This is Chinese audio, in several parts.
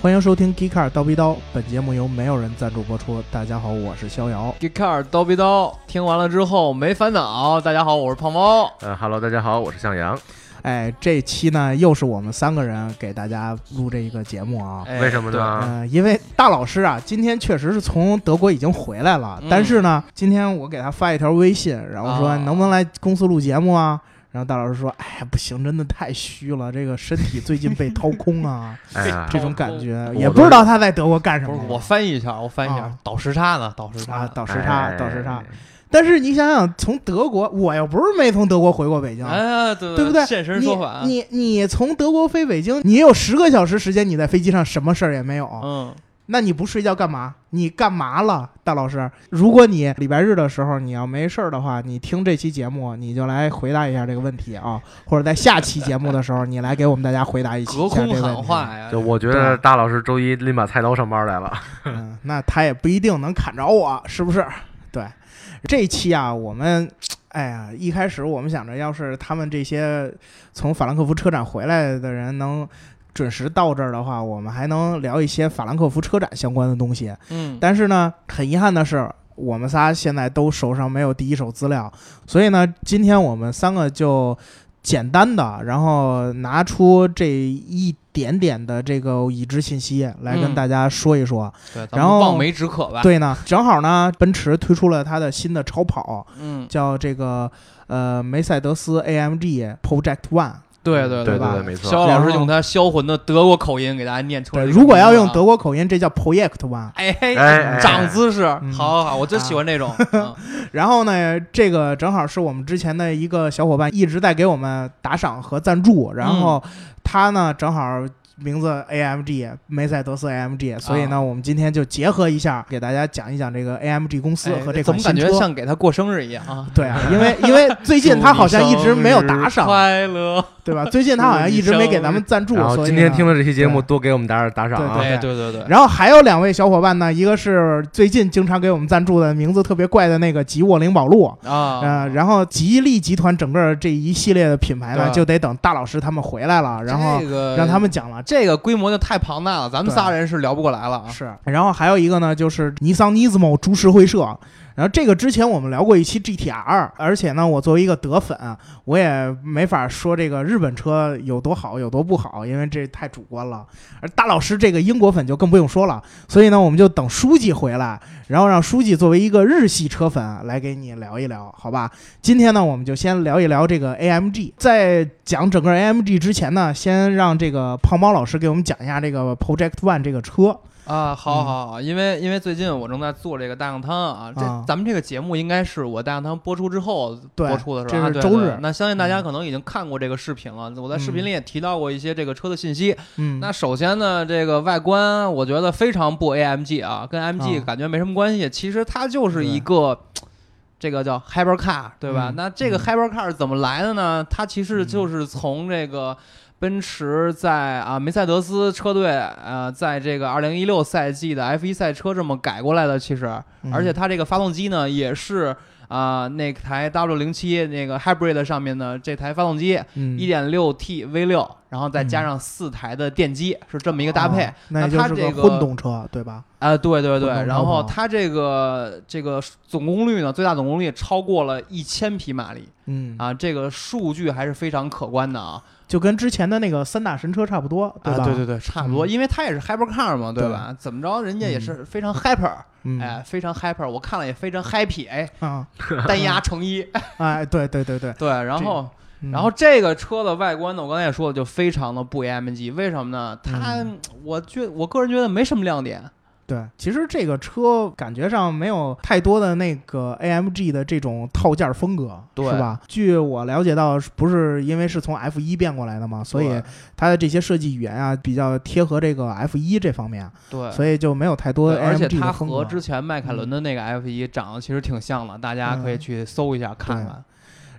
欢迎收听《g e e k a r 刀逼刀》，本节目由没有人赞助播出。大家好，我是逍遥。 g i c a r 刀逼刀，听完了之后没烦恼。大家好，我是胖猫。呃哈喽，大家好，我是向阳。哎，这期呢又是我们三个人给大家录这一个节目啊。哎为什么呢？嗯、因为大老师啊，今天确实是从德国已经回来了，嗯但是呢，今天我给他发一条微信，然后说啊能不能来公司录节目啊？然后大老师说：“哎，不行，真的太虚了，这个身体最近被掏空啊， 哎呀，这种感觉我也不知道他在德国干什不么是了。”我翻译一下，我翻译一下啊，倒时差呢，倒时啊，差。倒时差，哎倒时差。。哎但是你想想，从德国，我又不是没从德国回过北京，哎，对对不对现身你说啊法。你你从德国飞北京，你有十个小时时间，你在飞机上什么事儿也没有，嗯，那你不睡觉干嘛？你干嘛了，大老师？如果你礼拜日的时候你要没事儿的话，你听这期节目，你就来回答一下这个问题啊，或者在下期节目的时候，你来给我们大家回答一下隔空这个问题。喊话呀，就我觉啊得大老师周一拎把菜刀上班来了。嗯，那他也不一定能砍着我，是不是？对，这一期啊，我们，哎呀，一开始我们想着，要是他们这些从法兰克福车展回来的人能准时到这儿的话，我们还能聊一些法兰克福车展相关的东西。嗯，但是呢，很遗憾的是，我们仨现在都手上没有第一手资料，所以呢，今天我们三个就简单的，然后拿出这一点点的这个已知信息来跟嗯大家说一说。对，咱然后们望梅止渴吧。，对呢，正好呢，奔驰推出了它的新的超跑，嗯，叫这个呃梅赛德斯 AMG Project One。对嗯对对吧对，没错。肖老然后师用他销魂的德国口音给大家念出来对，这个名字啊。如果要用德国口音，这叫 Project One。哎哎哎长姿势，嗯好好好，我就喜欢这种。嗯然后呢，这个正好是我们之前的一个小伙伴一直在给我们打赏和赞助，然后嗯他呢正好。名字 AMG 梅赛德斯 AMG，所以呢，啊我们今天就结合一下，给大家讲一讲这个 AMG 公司哎和这款怎么新感车。觉像给他过生日一样啊？对啊，因为因为最近他好像一直 没有打赏，快乐，对吧？最近他好像一直没给咱们赞助，嗯然后所以今呢天听了这期节目，对多给我们打点打赏啊！哎，对对对，然后还有两位小伙伴呢，一个是最近经常给我们赞助的名字特别怪的那个吉沃灵宝路。啊，呃，然后吉利集团整个这一系列的品牌呢，对就得等大老师他们回来了，然后这呃个让他们讲了。这个规模就太庞大了，咱们对仨人是聊不过来了啊。是，然后还有一个呢，就是尼桑 Nismo 株式会社。然后这个之前我们聊过一期 GTR，而且呢，我作为一个德粉，我也没法说这个日本车有多好有多不好，因为这太主观了。而大老师这个英国粉就更不用说了，所以呢，我们就等书记回来，然后让书记作为一个日系车粉来给你聊一聊，好吧？今天呢，我们就先聊一聊这个 AMG。在讲整个 AMG 之前呢，先让这个胖猫老师给我们讲一下这个 Project One 这个车。啊，好好好，因为因为最近我正在做这个大酱汤啊，这啊咱们这个节目应该是我大酱汤播出之后对播出的这是吧？啊是对周对日嗯那相信大家可能已经看过这个视频了，我在视频里也提到过一些这个车的信息。嗯，那首先呢，这个外观我觉得非常不 AMG 啊，跟 MG 啊感觉没什么关系。其实它就是对一个这个叫 hypercar，对吧？嗯那这个 hypercar 怎么来的呢？它其实就是从这个。奔驰在啊梅赛德斯车队呃，在这个2016赛季的 F 1赛车这么改过来的，其实，嗯而且它这个发动机呢也是啊、那台 W 0 7那个 Hybrid 上面的这台发动机，嗯一点六 T V 六，然后再加上四台的电机，是这么一个搭配。嗯哦那也就它是这个个混动车，对吧？啊、对对混对动，然超跑后它这个这个总功率呢，最大总功率超过了一千匹马力嗯，啊，这个数据还是非常可观的啊。就跟之前的那个三大神车差不多，吧？啊，对对对对，差不多，嗯因为它也是 hypercar 嘛，对吧？怎么着，人家也是非常 hyper，、嗯，哎，非常 hyper，我看了也非常 happy，哎， 啊，单压乘一，哎，对对对 对，对，然后。嗯然后这个车的外观呢，我刚才也说了，就非常的不 AMG，为什么呢？它，嗯我觉我个人觉得没什么亮点。对，其实这个车感觉上没有太多的那个 AMG 的这种套件风格，对是吧？据我了解到，不是因为是从 F 一变过来的嘛，所以它的这些设计语言啊比较贴合这个 F 一这方面，对，所以就没有太多对而且 AMG 它的风格嗯和。之前迈凯伦的那个 F 一长得其实挺像的，大家可以去搜一下看看。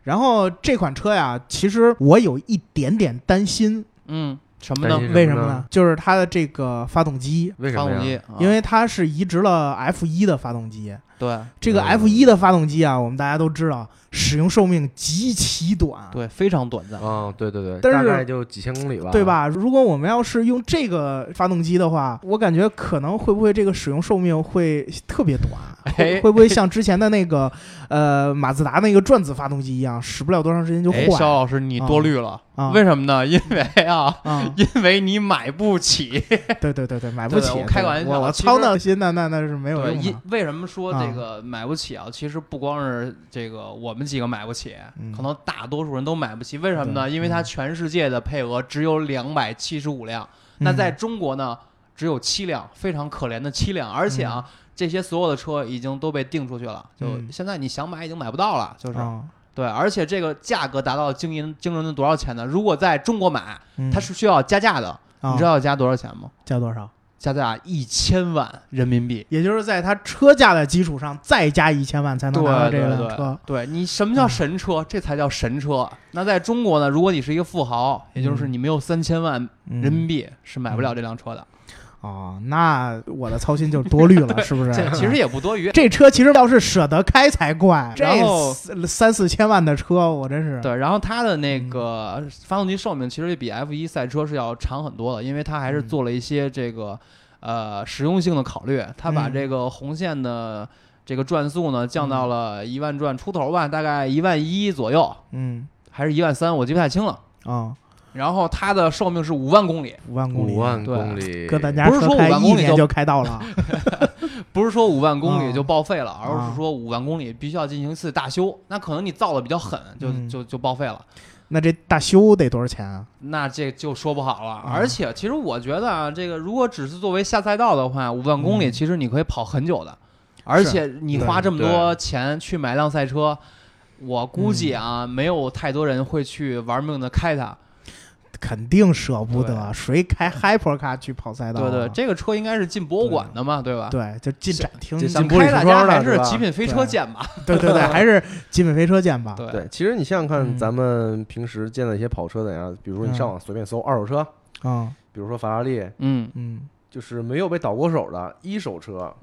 然后这款车呀，其实我有一点点担心，嗯，什么担呢？心为什什么么呢呢？就是它的这个发动机，为什发么动机呀？，啊因为它是移植了 F 一的发动机，对这个嗯 F 一的发动机啊，我们大家都知道，使用寿命极其短，对，非常短暂。嗯，对对对，但大是概就几千公里吧，对？吧？如果我们要是用这个发动机的话，我感觉可能会不会这个使用寿命会特别 短，哎会会不会像之前的那个呃马自达那个转子发动机一样，使不了多长时间就坏哎，肖老师，你多虑了，啊为什么呢？因为啊， 啊？因为你买不起。对对对对，买不对起，我开个玩笑我我其实操那些那那那是没有对，用因的。为什么说啊这个买不起啊？其实不光是这个我们几个买不起，嗯可能大多数人都买不起。为什么呢？对嗯因为它全世界的配额只有两百七十五辆，那在嗯中国呢，只有七辆，非常可怜的七辆。而且啊，这些所有的车已经都被定出去了，就嗯现在你想买已经买不到了，就是、啊对。而且这个价格达到惊人惊人的多少钱呢？如果在中国买，嗯它是需要加价的，啊你知道要加多少钱吗？加多少？加价一千万人民币。也就是在它车价的基础上再加一千万才能对拿到这对辆对车。嗯对你什么叫神车？这才叫神车。那在中国呢？如果你是一个富豪，也就是你没有三千万嗯人民币，是买不了这辆车的。哦，那我的操心就多虑 了，是不是？这其实也不多余。 这车其实要是舍得开才怪，这然后四三四千万的车，我真是嗯对，然后它的那个发动机寿命其实比 F 一赛车是要长很多的，因为它还是嗯做了一些这个呃实用性的考虑，它把嗯这个红线的这个转速呢降到了一万转出头吧，大概一万一左右，嗯还是一万三，我记不太清了。啊，然后它的寿命是五万公里，五万公里，五万对公里，搁咱家不是车说开5万一公里年就就开到了， 不是说五万公里哦就报废了，而哦是说五万公里必须要进行一次大修。那可能你造的比较狠，就嗯就就报废了。那这大修得多少钱啊？那这就说不好了。嗯而且，其实我觉得啊，这个如果只是作为下赛道的话，五万公里嗯其实你可以跑很久的。而且你花这么多钱去买辆赛车，我估计啊，没有太多人会去玩命的开它。肯定舍不得，谁开 Hyper 卡去跑赛道对啊？嗯对，这个车应该是进博物馆的嘛，对啊吧？对，就进展厅，进咱咱们进玻璃开大橱窗家的还是是吧极品飞车对见吧。对对 对，还是极品飞车见吧。对对，其实你想想嗯看，咱们平时见的一些跑车怎样？比如说你上嗯网随便搜二手车，嗯比如说法拉利，嗯嗯就是没有被倒过手的一手车，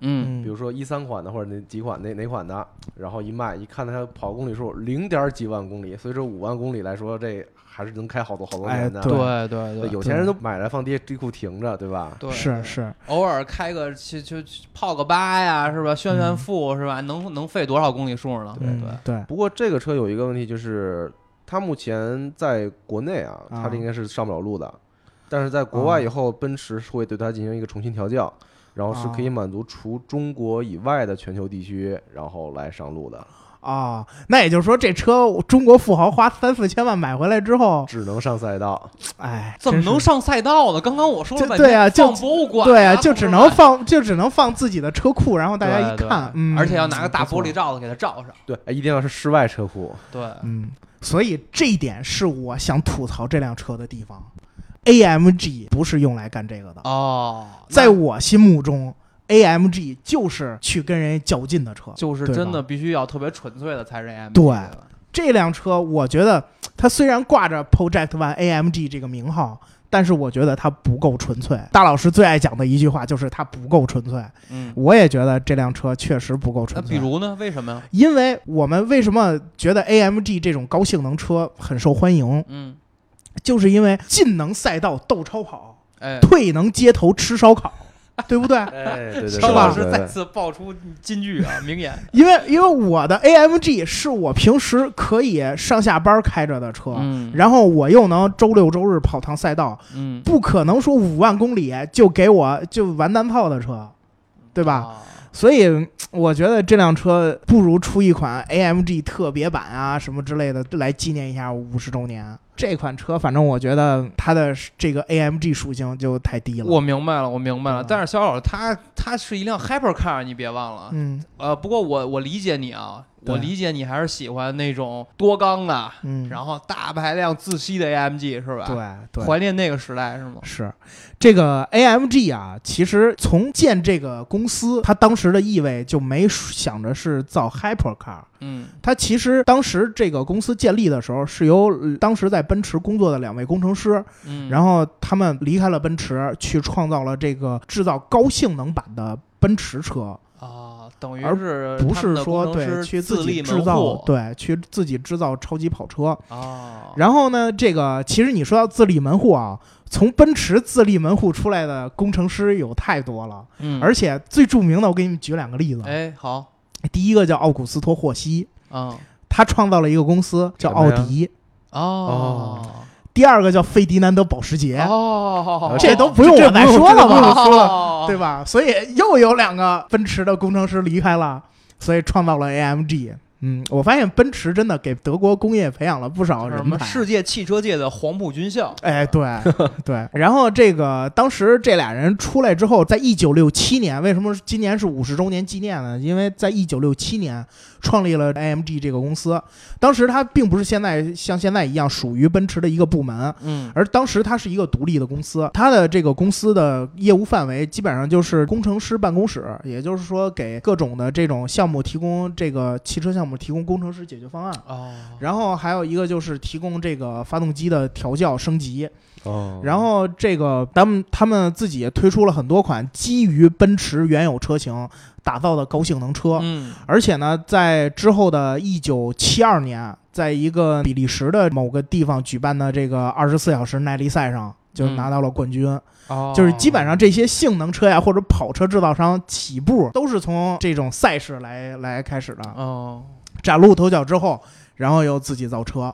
嗯，嗯，比如说一三款的或者哪几款哪哪款的，然后一卖，一看它跑公里数零点几万公里，所以说五万公里来说，这还是能开好多好多哎年的。对对对对，有钱人都买来放地地库停着，对吧？对是对是，偶尔开个去去去泡个吧呀，是吧？炫炫富、是吧？能能费多少公里数呢？嗯对对，不过这个车有一个问题，就是它目前在国内啊，啊它这应该是上不了路的。但是在国外以后，奔驰是会对它进行一个重新调教，然后是啊可以满足除中国以外的全球地区，然后来上路的，哦，那也就是说，这车中国富豪花三四千万买回来之后，只能上赛道。哎，怎么真能是上赛道呢？刚刚我说了就半天，对啊就放博物馆、对啊，就只能放，就只能放自己的车库，然后大家一对看对，嗯，而且要拿个大不错玻璃，罩子给它罩上。对，哎一定要是室外车库。对，嗯，所以这一点是我想吐槽这辆车的地方。AMG 不是用来干这个的，哦，那在我心目中，AMG 就是去跟人较劲的车。就是对吧真的必须要特别纯粹的才是 M。对这辆车，我觉得它虽然挂着 Project One AMG 这个名号，但是我觉得它不够纯粹。大老师最爱讲的一句话就是它不够纯粹。嗯，我也觉得这辆车确实不够那纯比粹。如呢？为什么呀？因为我们为什么觉得 AMG 这种高性能车很受欢迎，嗯，就是因为进能赛道斗超跑，哎，退能街头吃烧烤，对不对？哎，对对对，肖老对师对再次爆出金句啊，名言。因为因为我的 AMG 是我平时可以上下班开着的车，嗯然后我又能周六周日跑趟赛道，嗯，不可能说五万公里就给我就完蛋炮的车，对吧？啊？所以嗯我觉得这辆车不如出一款 AMG 特别版啊什么之类的来纪念一下五十周年。这款车，反正我觉得它的这个 AMG 属性就太低了。我明白了，我明白了。嗯但是肖老师他他是一辆 hyper car，你别忘了。嗯呃，不过我我理解你啊，对我理解你还是喜欢那种多缸的，嗯，然后大排量自吸的 AMG 是吧？对对，怀念那个时代是吗？是这个 AMG 啊，其实从建这个公司，它当时的意味就没想着是造 hypercar。嗯它其实当时这个公司建立的时候，是由呃当时在奔驰工作的两位工程师，嗯，然后他们离开了奔驰，去创造了这个制造高性能版的奔驰车。啊，等于而是不他们是的说工对程师去自自己立制门造户，对去自己制造超级跑车。哦，然后呢，这个其实你说到自立门户啊，从奔驰自立门户出来的工程师有太多了，嗯而且最著名的，我给你们举两个例子。啊哎好，第一个叫奥古斯托·霍希，嗯他创造了一个公司叫奥什么迪。哦第二个叫费迪南德·保时捷，哦，这都不用我再说了吧？了 哦对吧？所以又有两个奔驰的工程师离开了，所以创造了 AMG。嗯，我发现奔驰真的给德国工业培养了不少什人么才。世界汽车界的黄埔军校？哎，对对，然后这个当时这俩人出来之后，在一九六七年，为什么今年是五十周年纪念呢？因为在一九六七年创立了 AMG 这个公司，当时它并不是现在像现在一样属于奔驰的一个部门，嗯而当时它是一个独立的公司，它的这个公司的业务范围基本上就是工程师办公室，也就是说给各种的这种项目提供这个汽车项目提供工程师解决方案，哦，然后还有一个就是提供这个发动机的调教升级，哦然后这个咱们他们自己也推出了很多款基于奔驰原有车型打造的高性能车，嗯而且呢，在之后的1972年，在一个比利时的某个地方举办的这个24小时耐力赛上，就拿到了冠军。哦，就是基本上这些性能车呀或者跑车制造商起步都是从这种赛事来来开始的，哦，崭露头角之后，然后又自己造车。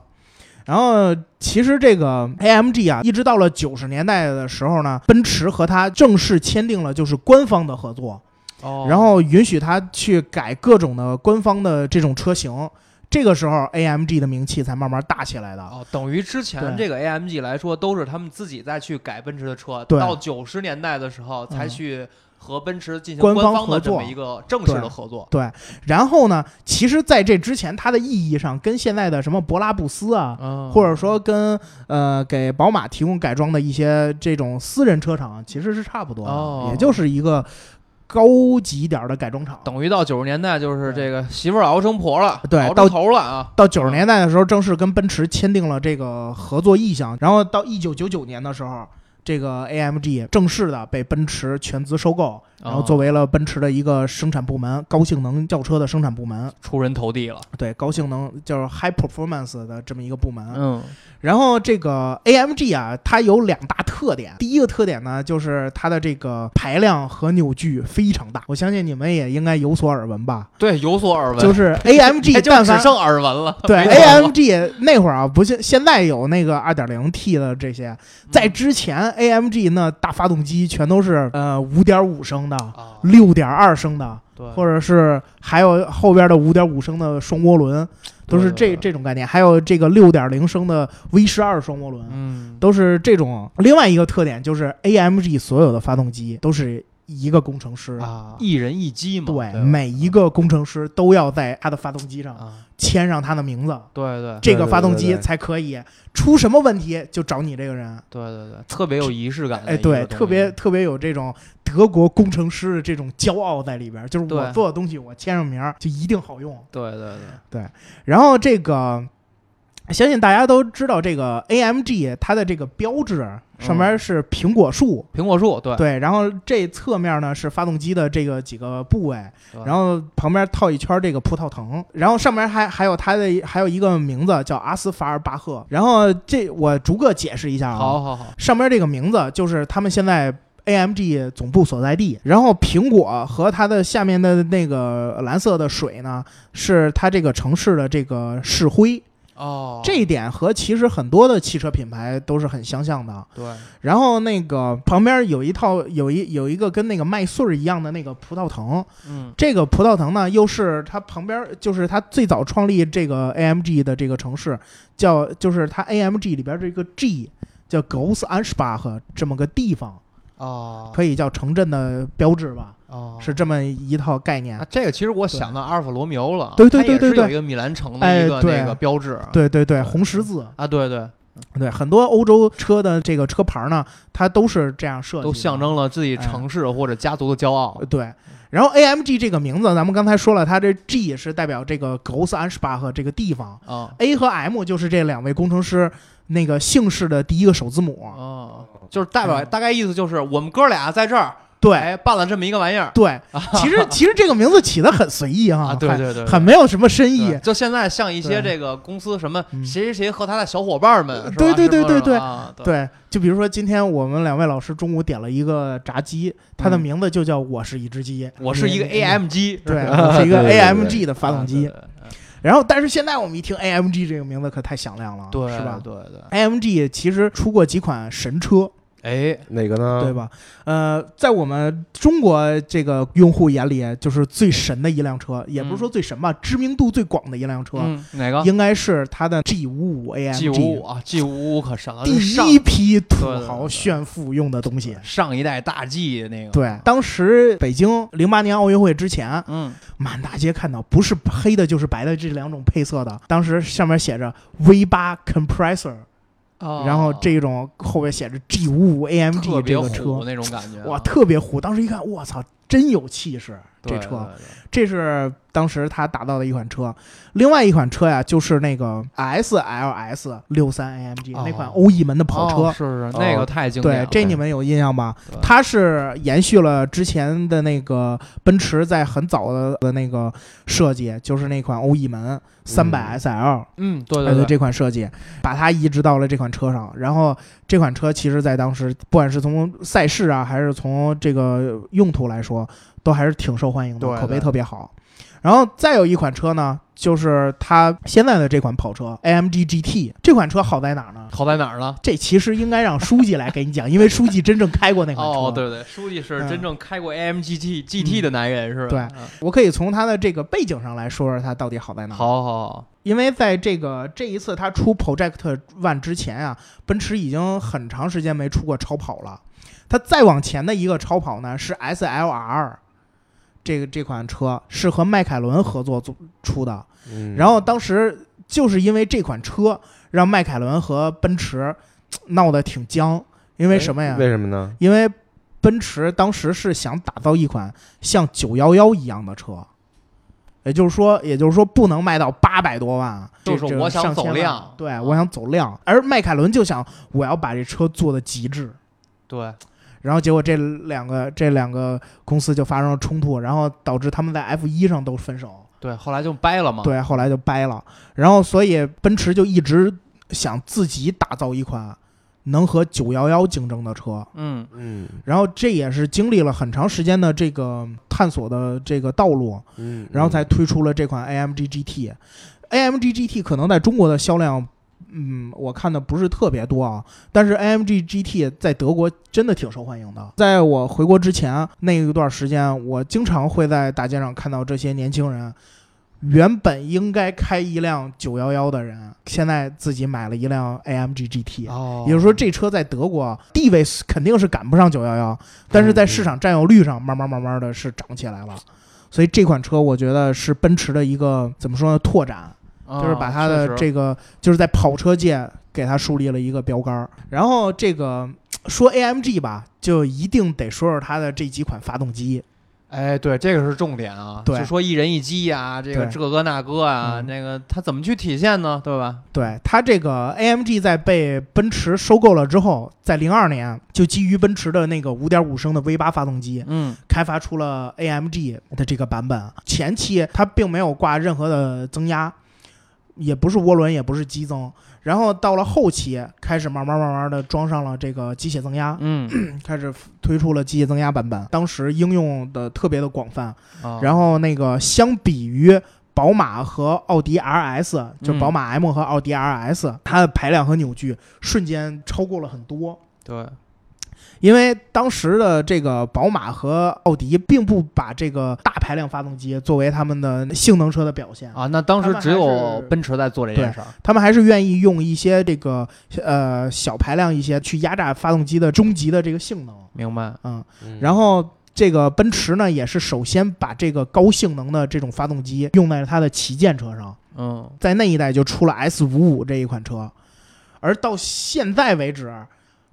然后，其实这个 AMG 啊，一直到了九十年代的时候呢，奔驰和它正式签订了就是官方的合作，哦然后允许他去改各种的官方的这种车型。这个时候，AMG 的名气才慢慢大起来的。哦，等于之对前这个 AMG 来说，都是他们自己再去改奔驰的车，对到九十年代的时候才嗯去和奔驰进行官方方的合这么作一个正式的对合作。然后呢，其实在这之前，它的意义上跟现在的什么勃拉布斯啊，嗯或者说跟呃给宝马提供改装的一些这种私人车厂其实是差不多的，哦也就是一个高级一点的改装厂。等于到九十年代，就是对这个媳妇儿熬成婆了，对熬到成头了啊。到九十年代的时候，正式跟奔驰签订了这个合作意向，然后到一九九九年的时候，这个 AMG 正式的被奔驰全资收哦购，然后作为了奔驰的一个生产部门，高性能轿车的生产部门，出人头地了，对，高性能就是 high performance 的这么一个部门。嗯然后这个 AMG 啊，它有两大特点。第一个特点呢，就是它的这个排量和扭矩非常大，我相信你们也应该有所耳闻吧。对，有所耳闻，就是 AMG 哎就但只凡剩耳闻了。对没有了 AMG 那会儿啊，不像现在有那个 2.0T 的这些，嗯在之前 AMG 那大发动机全都是呃5.5升的、啊， 6.2升的，对，或者是还有后边的5.5升的双涡轮，都是对对这对这种概念，还有这个6.0升的 V12 双涡轮，嗯，都是这种。另外一个特点就是 AMG 所有的发动机都是一个工程师。啊，一人一机嘛，对，对吧每一个工程师都要在他的发动机上啊，签上他的名字，对对这个发动对对机对对才可以。出什么问题就找你这个人。对对对，特别有仪式感的哎，一个东西。对，特别特别有这种德国工程师的这种骄傲在里边儿，就是我对做的东西我签上名儿就一定好用。对对对，然后这个，相信大家都知道，这个 AMG 它的这个标志上面是苹果树，苹果树，对，对，然后这侧面呢是发动机的这个几个部位，对然后旁边套一圈这个葡萄藤，然后上面还还有它的还有一个名字叫阿斯法尔巴赫，然后这我逐个解释一下啊，好好好，上面这个名字就是他们现在 AMG 总部所在地，然后苹果和它的下面的那个蓝色的水呢，是它这个城市的这个市徽，哦，这一点和其实很多的汽车品牌都是很相像的。对，然后那个旁边有一套有一有一个跟那个麦穗儿一样的那个葡萄藤，嗯，这个葡萄藤呢又是它旁边就是它最早创立这个 AMG 的这个城市叫就是它 AMG 里边这个 G 叫 Gos Anspach 这么个地方，哦，可以叫城镇的标志吧，哦，是这么一套概念啊，。这个其实我想到阿尔法罗密欧了，对对它也对对是有对一个米兰城的哎一个对那个标志，对对对，红十字，啊，对对，对很多欧洲车的这个车牌呢，它都是这样设计的，都象征了自己哎城市或者家族的骄傲呃。对，然后 AMG 这个名字，咱们刚才说了，它这 G 是代表这个 Gos Anspach 这个地方啊，A 和 M 就是这两位工程师那哦个姓氏的第一个首字母。啊，就是代表嗯大概意思就是我们哥俩在这儿对哎，办了这么一个玩意儿 对，其实其实这个名字起的很随意哈，啊，对很对对，很没有什么深意对。就现在像一些对这个公司什么嗯呃谁谁谁和他的小伙伴们，是吧对对对是不是对对啊对对，就比如说今天我们两位老师中午点了一个炸鸡，它的嗯名字就叫“我是一只鸡”，我是一个你嗯 AMG，对， 是吧我是一个对对对 AMG 的发动机。啊然后，但是现在我们一听 AMG 这个名字可太响亮了，对对是吧对对？AMG 其实出过几款神车，对，哎，哪个呢？对吧？呃，在我们中国这个用户眼里，就是最神的一辆车，也不是说最神吧，知名度最广的一辆车，嗯，哪个应该是它的 G 五五 G 五 AMG，五啊？G 五五可神了，是上第一批土对对对豪对炫富用的东西。上一代大 G 那个，，对，当时北京零八年奥运会之前，嗯，满大街看到不是黑的就是白的这两种配色的，当时上面写着 V 八 compressor，哦然后这种后边写着 G 五五 AMG 特别这个虎车，那种感觉啊，哇，特别虎！当时一看，我操，真有气势，这对车。，这是当时他打造的一款车，另外一款车呀，就是那个 SLS 六三 AMG、哦那款欧翼门的跑车，跑车哦是是那个太经典对了，，这你们有印象吧对？它是延续了之前的那个奔驰在很早的的那个设计，就是那款欧翼门三百 SL，嗯，对哎对，这款设计，把它移植到了这款车上。然后这款车其实在当时，不管是从赛事啊，还是从这个用途来说，都还是挺受欢迎的，对口碑对特别好。然后再有一款车呢，就是它现在的这款跑车 AMG GT。这款车好在哪儿呢？好在哪儿了？这其实应该让书记来给你讲，因为书记真正开过那款车。嗯哦，对对，书记是真正开过 AMG T GT 的男人是吧？对嗯我可以从它的这个背景上来说说它到底好在哪儿。好好好，因为在这个这一次它出 Project One 之前啊，奔驰已经很长时间没出过超跑了。它再往前的一个超跑呢是 SLR，这个这款车是和迈凯伦合作做出的。嗯然后当时就是因为这款车，让迈凯伦和奔驰嘖闹得挺僵。因为什么呀？哎为什么呢？因为奔驰当时是想打造一款像九幺幺一样的车，也就是说，也就是说不能卖到八百多万啊，就这是这我想上走千万量啊对我想走量，而迈凯伦就想我要把这车做的极致。对，然后结果这两个这两个公司就发生了冲突，然后导致他们在 F 一上都分手，对，后来就掰了嘛。对，后来就掰了。然后所以奔驰就一直想自己打造一款能和九幺幺竞争的车，嗯，嗯然后这也是经历了很长时间的这个探索的这个道路，嗯，然后才推出了这款 AMG GT。AMG GT 可能在中国的销量，嗯，我看的不是特别多啊，但是 AMG GT 在德国真的挺受欢迎的。在我回国之前那一段时间，我经常会在大街上看到这些年轻人。原本应该开一辆911的人，现在自己买了一辆 AMG GT，哦，也就是说，这车在德国啊地位是肯定是赶不上911，但是在市场占有率上，慢慢慢慢的是涨起来了。所以这款车，我觉得是奔驰的一个怎么说呢？拓展，啊就是把它确的实这个，就是在跑车界给它树立了一个标杆儿。然后这个说 AMG 吧，就一定得说说它的这几款发动机。哎，对，这个是重点啊，对就说一人一机呀，这个对这个那个啊，嗯那个它怎么去体现呢？对吧？对它这个 AMG 在被奔驰收购了之后，在零二年就基于奔驰的那个5.5升的 V 8发动机，嗯，开发出了 AMG 的这个版本。前期它并没有挂任何的增压，也不是涡轮，也不是机增。然后到了后期，开始慢慢慢慢的装上了这个机械增压，嗯，开始推出了机械增压版本。当时应用的特别的广泛。啊然后那个相比于宝马和奥迪 RS，就嗯宝马 M 和奥迪 RS，、它的排量和扭矩瞬间超过了很多。对，因为当时的这个宝马和奥迪并不把这个大排量发动机作为他们的性能车的表现，啊，那当时只他有们还是奔驰在做这件事儿，他们还是愿意用一些这个呃小排量一些去压榨发动机的终极的这个性能，明白？嗯，嗯然后。这个奔驰呢，也是首先把这个高性能的这种发动机用在了它的旗舰车上，嗯，在那一代就出了 S 五五这一款车，而到现在为止，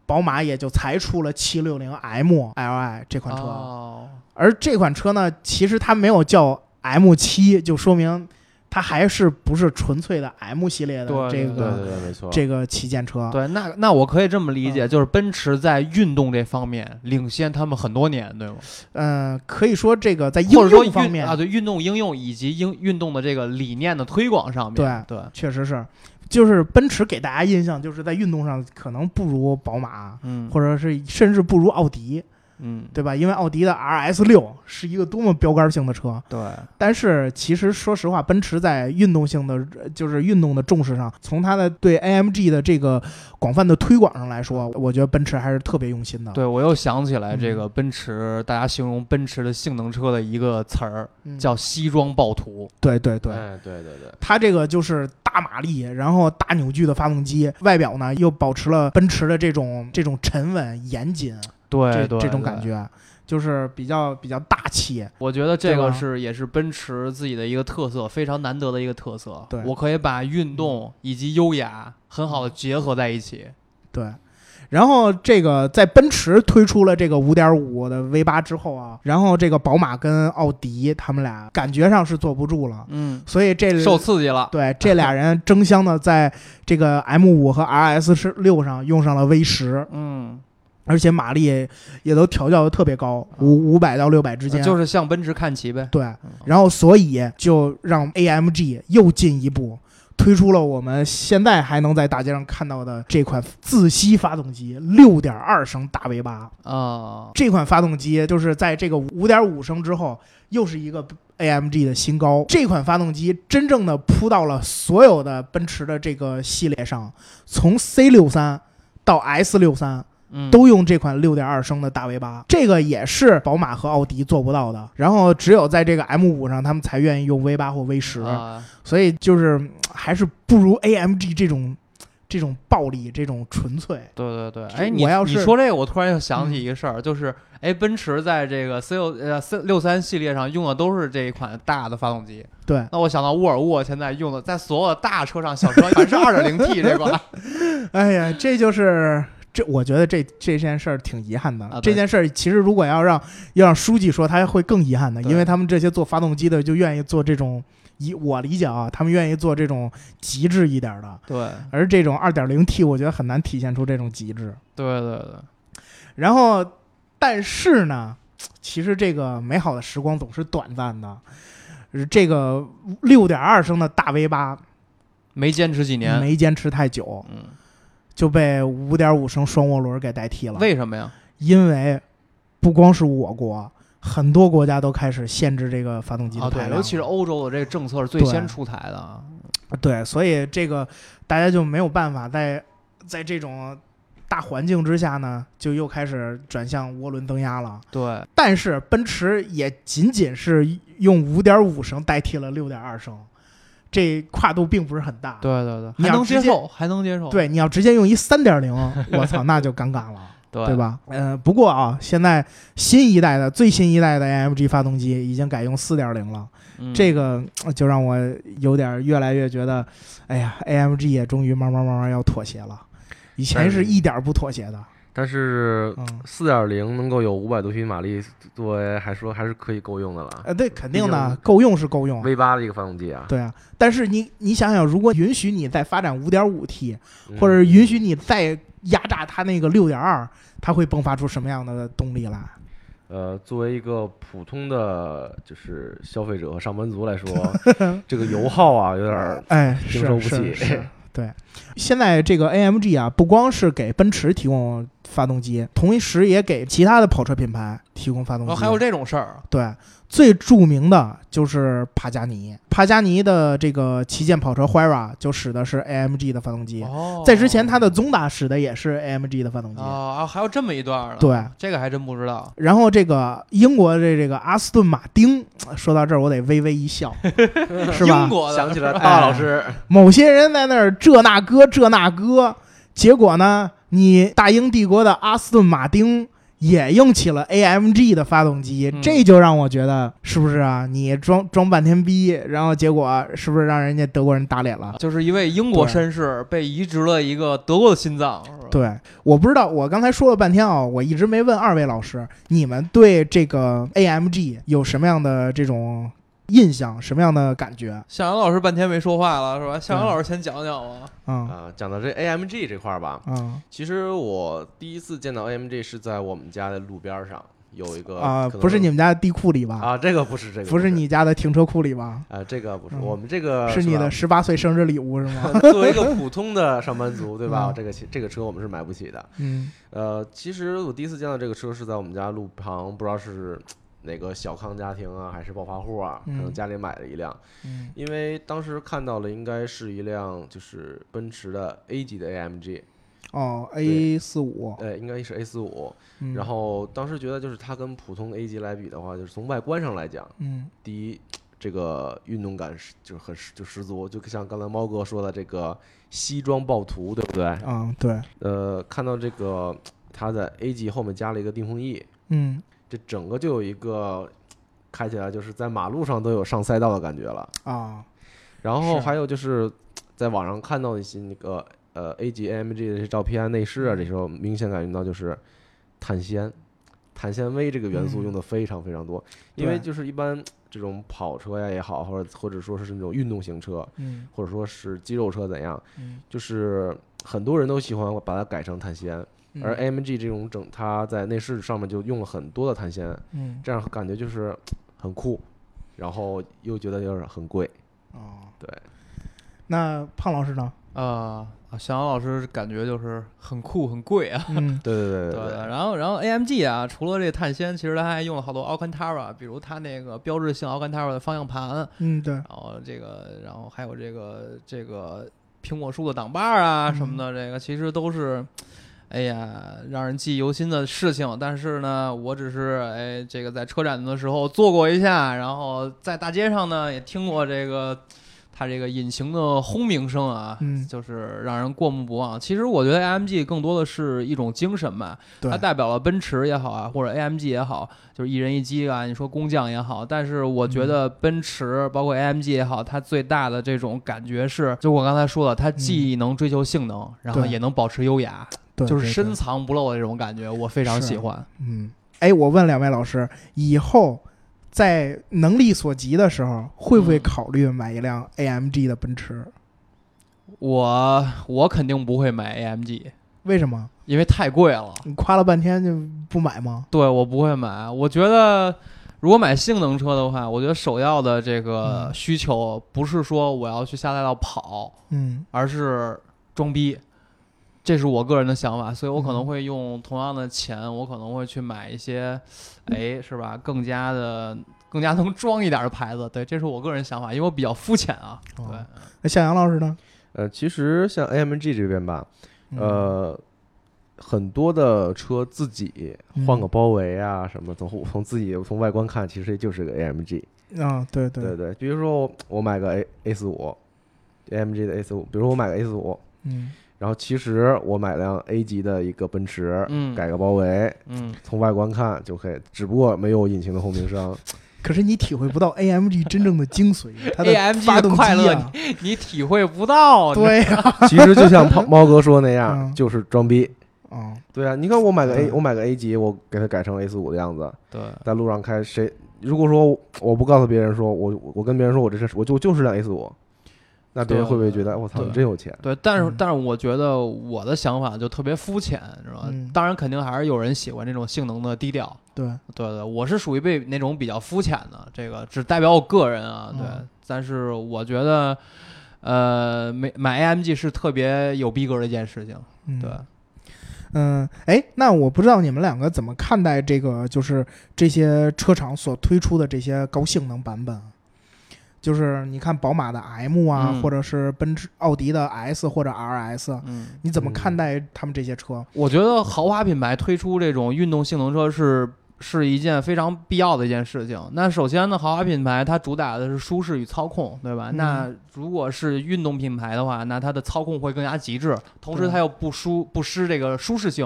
宝马也就才出了760 M Li 这款车，啊哦而这款车呢，其实它没有叫 M 七，就说明它还是不是纯粹的 M 系列的这对对对个对对，没错，这个旗舰车？对，那那我可以这么理解，啊嗯就是奔驰在运动这方面领先他们很多年，对吗？嗯，可以说这个在或应者说用运方面啊，对运动应用以及应运动的这个理念的推广上面，对对，确实是，就是奔驰给大家印象就是在运动上可能不如宝马，嗯或者是甚至不如奥迪，嗯，对吧？因为奥迪的 RS 六是一个多么标杆性的车，对，但是其实说实话，奔驰在运动性的呃就是运动的重视上，从它的对 AMG 的这个广泛的推广上来说，我觉得奔驰还是特别用心的。，对我又想起来这啊嗯个奔驰，大家形容奔驰的性能车的一个词儿嗯、叫西装暴徒，对对对。哎对对对，它这个就是大马力，然后大扭矩的发动机，外表呢又保持了奔驰的这种这种沉稳严谨，对这对这种感。对觉，啊就是比较比较大气。我觉得这对个吧是也是奔驰自己的一个特色，非常难得的一个特色。对嗯我可以把运动以及优雅很好的结合在一起。对，然后这个在奔驰推出了这个五点五的 V 八之后啊，然后这个宝马跟奥迪他们俩感觉上是坐不住了，嗯，所以这受刺激了。对这俩人争相的在这个 M 五和 RS 是六上用上了 V 十，嗯，而且马力也也都调教的特别高，五五百到六百之间，就是向奔驰看齐呗。对，然后所以就让 AMG 又进一步推出了我们现在还能在大街上看到的这款自吸发动机，六点二升大 V 八。啊，这款发动机就是在这个五点五升之后，又是一个 AMG 的新高。这款发动机真正的扑到了所有的奔驰的这个系列上，从 C 六三到 S 六三。嗯，都用这款六点二升的大 V 八，这个也是宝马和奥迪做不到的。然后只有在这个 M 五上，他们才愿意用 V 八或 V 十、啊，所以就是嗯还是不如 AMG 这种这种暴力、这种纯粹。对对对，这哎，你我要你是嗯说这个，我突然又想起一个事儿，就是哎，奔驰在这个 C 六呃 C 六三系列上用的都是这一款大的发动机。对，那我想到沃尔沃现在用的，在所有的大车上，小车全是二点零 T 这 款。哎呀，这就是。这我觉得这这件事儿挺遗憾的。啊对这件事儿其实如果要让要让书记说，他会更遗憾的，对因为他们这些做发动机的就愿意做这种，以我理解啊，他们愿意做这种极致一点儿的，对而这种二点零 T 我觉得很难体现出这种极致。对对对，然后，但是呢，其实这个美好的时光总是短暂的。呃这个六点二升的大 V 八没坚持几年。没坚持太久，嗯，就被五点五升双涡轮给代替了。为什么呀？因为不光是我国，很多国家都开始限制这个发动机啊，的排对，量了。尤其是欧洲的这个政策是最对先出台的啊。对，所以这个大家就没有办法在在这种大环境之下呢，就又开始转向涡轮增压了。对，但是奔驰也仅仅是用五点五升代替了六点二升，这跨度并不是很大。对对对，你还要能接直接受，还能接受。对，你要直接用一三点零，我操，那就尴尬了，对对？吧？嗯、不过啊，现在新一代的最新一代的 AMG 发动机已经改用四点零了，嗯这个呃就让我有点越来越觉得，哎呀，AMG 也终于慢慢慢慢要妥协了，以前是一点儿不妥协的，但是嗯，四点零能够有五百多匹马力，作为还说还是可以够用的了。呃，对，肯定毕的竟，够用是够用， V 八的一个发动机啊，对啊，但是你你想想，如果允许你再发展五点五 T，嗯或者允许你再压榨它那个六点二，它会迸发出什么样的动力来？呃，作为一个普通的就是消费者和上班族 来说，这个油耗啊有点儿哎，经受是不是起是，对。现在这个 AMG 啊，不光是给奔驰提供发动机，同时也给其他的跑车品牌提供发动然机。后哦还有这种事儿，啊对，最著名的就是帕加尼，帕加尼的这个旗舰跑车 Huayra 就使的是 AMG 的发动机。哦，在之前，它的宗达使的也是 AMG 的发动机。哦，啊还有这么一段儿呢。对，这个还真不知道。然后这个英国的这个阿斯顿马丁，说到这儿我得微微一笑， 是哎吧英？国的想 起来是吧大啊老师，某些人在那儿这那哥这那哥，结果呢，你大英帝国的阿斯顿马丁也用起了 AMG 的发动机，嗯这就让我觉得是不是啊？你装装半天逼，然后结果是不是让人家德国人打脸了？就是一位英国对绅士被移植了一个德国的心脏，是吧，对，我不知道，我刚才说了半天啊、我一直没问二位老师，你们对这个 AMG 有什么样的这种印象，什么样的感觉？ 向阳老师半天没说话了，是吧？向阳老师先讲讲吧。嗯啊、讲到这 AMG 这块儿吧，嗯其实我第一次见到 AMG 是在我们家的路边儿上有一个啊，呃可能不是你们家的地库里吧？啊，这个不是这个不是你家的停车库里吧？啊，这个不是嗯我们这个是你呃吧 的十八岁生日礼物是吗？作为一个普通的上班族，对吧嗯？这个汽这个车我们是买不起的。嗯呃，其实我第一次见到这个车是在我们家路旁，不知道是哪个小康家庭啊，还是暴发户啊，可嗯能家里买了一辆。嗯因为当时看到了，应该是一辆就是奔驰的 A 级的 AMG，哦，A 对四五，呃，应该是 A 四五。嗯然后当时觉得就是它跟普通 A 级来比的话，就是从外观上来讲，嗯第一。这个运动感是就是很十就十足，就像刚才猫哥说的，这个西装暴徒，对不对？啊对，呃，看到这个它在 A 级后面加了一个定风翼，嗯这整个就有一个开起来就是在马路上都有上赛道的感觉了。啊然后是还有就是在网上看到一些那个呃 A 级 AMG 的这些照片啊、内饰啊，这时候明显感觉到就是碳纤、碳纤维这个元素嗯用的非常非常多，因为对就是一般这种跑车呀也好，或者或者说是那种运动型车，嗯或者说是肌肉车怎样，嗯，就是很多人都喜欢把它改成碳纤。嗯而 AMG 这种整，它在内饰上面就用了很多的碳纤，嗯这样感觉就是很酷，然后又觉得有点很贵。哦对，那胖老师 呢？嗯呃，向阳老师感觉就是很酷很贵啊。嗯对对对对对的，然后然后 AMG 啊，除了这碳纤，其实它还用了好多 Alcantara，比如它那个标志性 Alcantara 的方向盘，嗯对，然后这个，然后还有这个这个苹果树的挡把儿啊什么的，这个其实都是，哎呀，让人记忆犹新的事情。但是呢，我只是哎，这个在车展的时候坐过一下，然后在大街上呢也听过这个它这个引擎的轰鸣声啊，嗯就是让人过目不忘。其实我觉得 AMG 更多的是一种精神吧，对它代表了奔驰也好啊，或者 AMG 也好，就是一人一机啊。你说工匠也好，但是我觉嗯得奔驰包括 AMG 也好，它最大的这种感觉是，就我刚才说的，它既能追求性能，然嗯后对也能保持优雅，对就是对深对藏不露的这种感觉，我非常是喜欢。嗯，哎，我问两位老师，以后在能力所及的时候，会不会嗯考虑买一辆 AMG 的奔驰？我我肯定不会买 AMG，为什么？因为太贵了。你夸了半天就不买吗？对我不会买，我觉得如果买性能车的话，我觉得首要的这个嗯需求不是说我要去下赛道跑，嗯而是装逼。这是我个人的想法，所以我可嗯能会用同样的钱，我可能会去买一些，哎，是吧？更加的、更加能装一点的牌子。对，这是我个人想法，因为我比较肤浅啊。对，哦那向阳老师呢？呃，其实像 AMG 这边吧，嗯，呃，很多的车自己换嗯个包围啊什么，从从自己从外观看，其实就是个 AMG。啊，对对对，对，比如说我买个 A A 四五，AMG 的 A 四五，比如说我买个 A 四五，嗯然后其实我买辆 A 级的一个奔驰，嗯改个包围，嗯，从外观看就可以，只不过没有引擎的轰鸣声。可是你体会不到 AMG 真正的精髓，它的 AMG 发动机、啊、的快乐哦你体会不到。你 对 呀、其实就 像猫猫哥说那样嗯，就是装逼。啊，哦，对啊，你看我买个 A，嗯我买个 A 级，我给它改成 A 四五的样子，对，在路上开，谁如果说我不告诉别人说，我我我跟别人说我这是我就就是辆 A 四五，那别人对会不会觉得我操对你真有钱？对，但是嗯但是我觉得我的想法就特别肤浅，你知道吗？嗯当然肯定还是有人喜欢这种性能的低调，对，对对，我是属于被那种比较肤浅的，这个只代表我个人啊，对。嗯但是我觉得，呃，买买 AMG 是特别有逼格的一件事情，嗯对。嗯，哎，那我不知道你们两个怎么看待这个，就是这些车厂所推出的这些高性能版本，啊就是你看宝马的 M 啊，嗯或者是奔驰、奥迪的 S 或者 RS，嗯，你怎么看待他们这些车？我觉得豪华品牌推出这种运动性能车是。是一件非常必要的一件事情。那首先呢，豪华品牌它主打的是舒适与操控，对吧？嗯那如果是运动品牌的话，那它的操控会更加极致，同时对它又不输不失这个舒适性。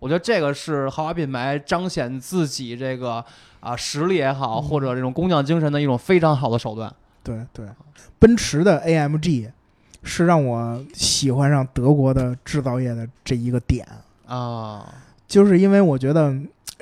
我觉得这个是豪华品牌彰显自己这个啊实力也好，嗯或者这种工匠精神的一种非常好的手段。对对，奔驰的 AMG 是让我喜欢上德国的制造业的这一个点，啊，就是因为我觉得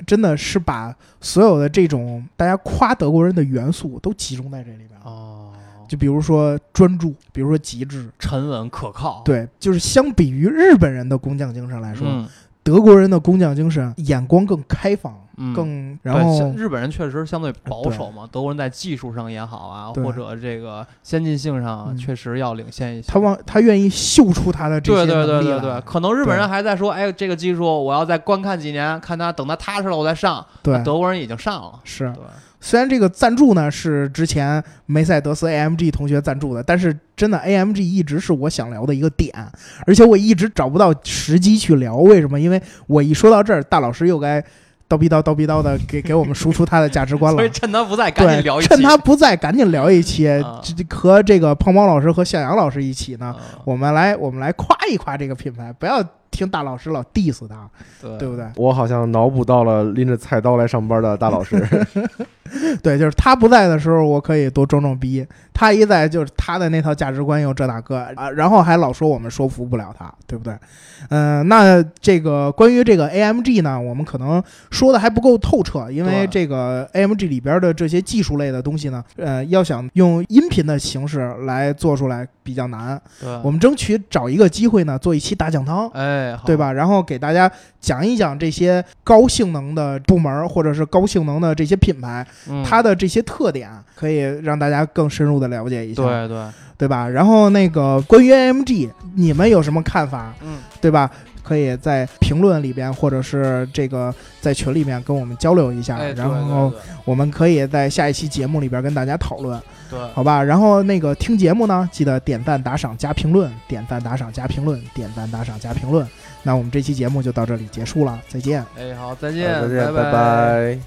真的是把所有的这种大家夸德国人的元素都集中在这里边了。哦，就比如说专注，比如说极致，沉稳可靠，对，就是相比于日本人的工匠精神来哦嗯，说，德国人的工匠精神眼光更开放，嗯更对然后呃像日本人确实相对保守嘛，德国人在技术上也好啊，对或者这个先进性上啊嗯确实要领先一些。他往他愿意秀出他的这对些对能对力对来对，，可能日本对人还在说，哎，这个技术我要再观看几年，看他等他踏实了我再上。对嗯德国人已经上了，是对，虽然这个赞助呢是之前梅赛德斯 AMG 同学赞助的，但是真的 AMG 一直是我想聊的一个点，而且我一直找不到时机去聊。为什么？因为我一说到这儿，大老师又该叨逼叨叨逼叨的给给我们输出他的价值观了 所以。趁他不在，赶对紧聊，一期。趁他不在，赶紧聊一期，啊这这和这个胖猫老师和向阳老师一起呢，嗯我们来我们来夸一夸这个品牌，不要听大老师老 diss 他，对对不对？我好像脑补到了拎着菜刀来上班的大老师，对，就是他不在的时候，我可以多装装逼；他一在，就是他的那套价值观又这那个啊，然后还老说我们说服不了他，对不对？嗯、那这个关于这个 AMG 呢，我们可能说的还不够透彻，因为对这个 AMG 里边的这些技术类的东西呢，呃，要想用音频的形式来做出来比较难。对，我们争取找一个机会呢，做一期大讲堂。哎，好对？吧？然后给大家讲一讲这些高性能的部门或者是高性能的这些品牌，嗯它的这些特点，啊可以让大家更深入的了解一下，对对，对吧？然后那个关于 AMG，你们有什么看法，嗯，对吧？可以在评论里边，或者是这个在群里面跟我们交流一下，哎，对然后对我们可以在下一期节目里边跟大家讨论，对好吧？然后那个听节目呢，记得点赞、打赏、加评论，点赞、打赏、加评论，点赞、打赏、加评论。那我们这期节目就到这里结束了，再见。 对，哎，好，再见，再见，拜拜。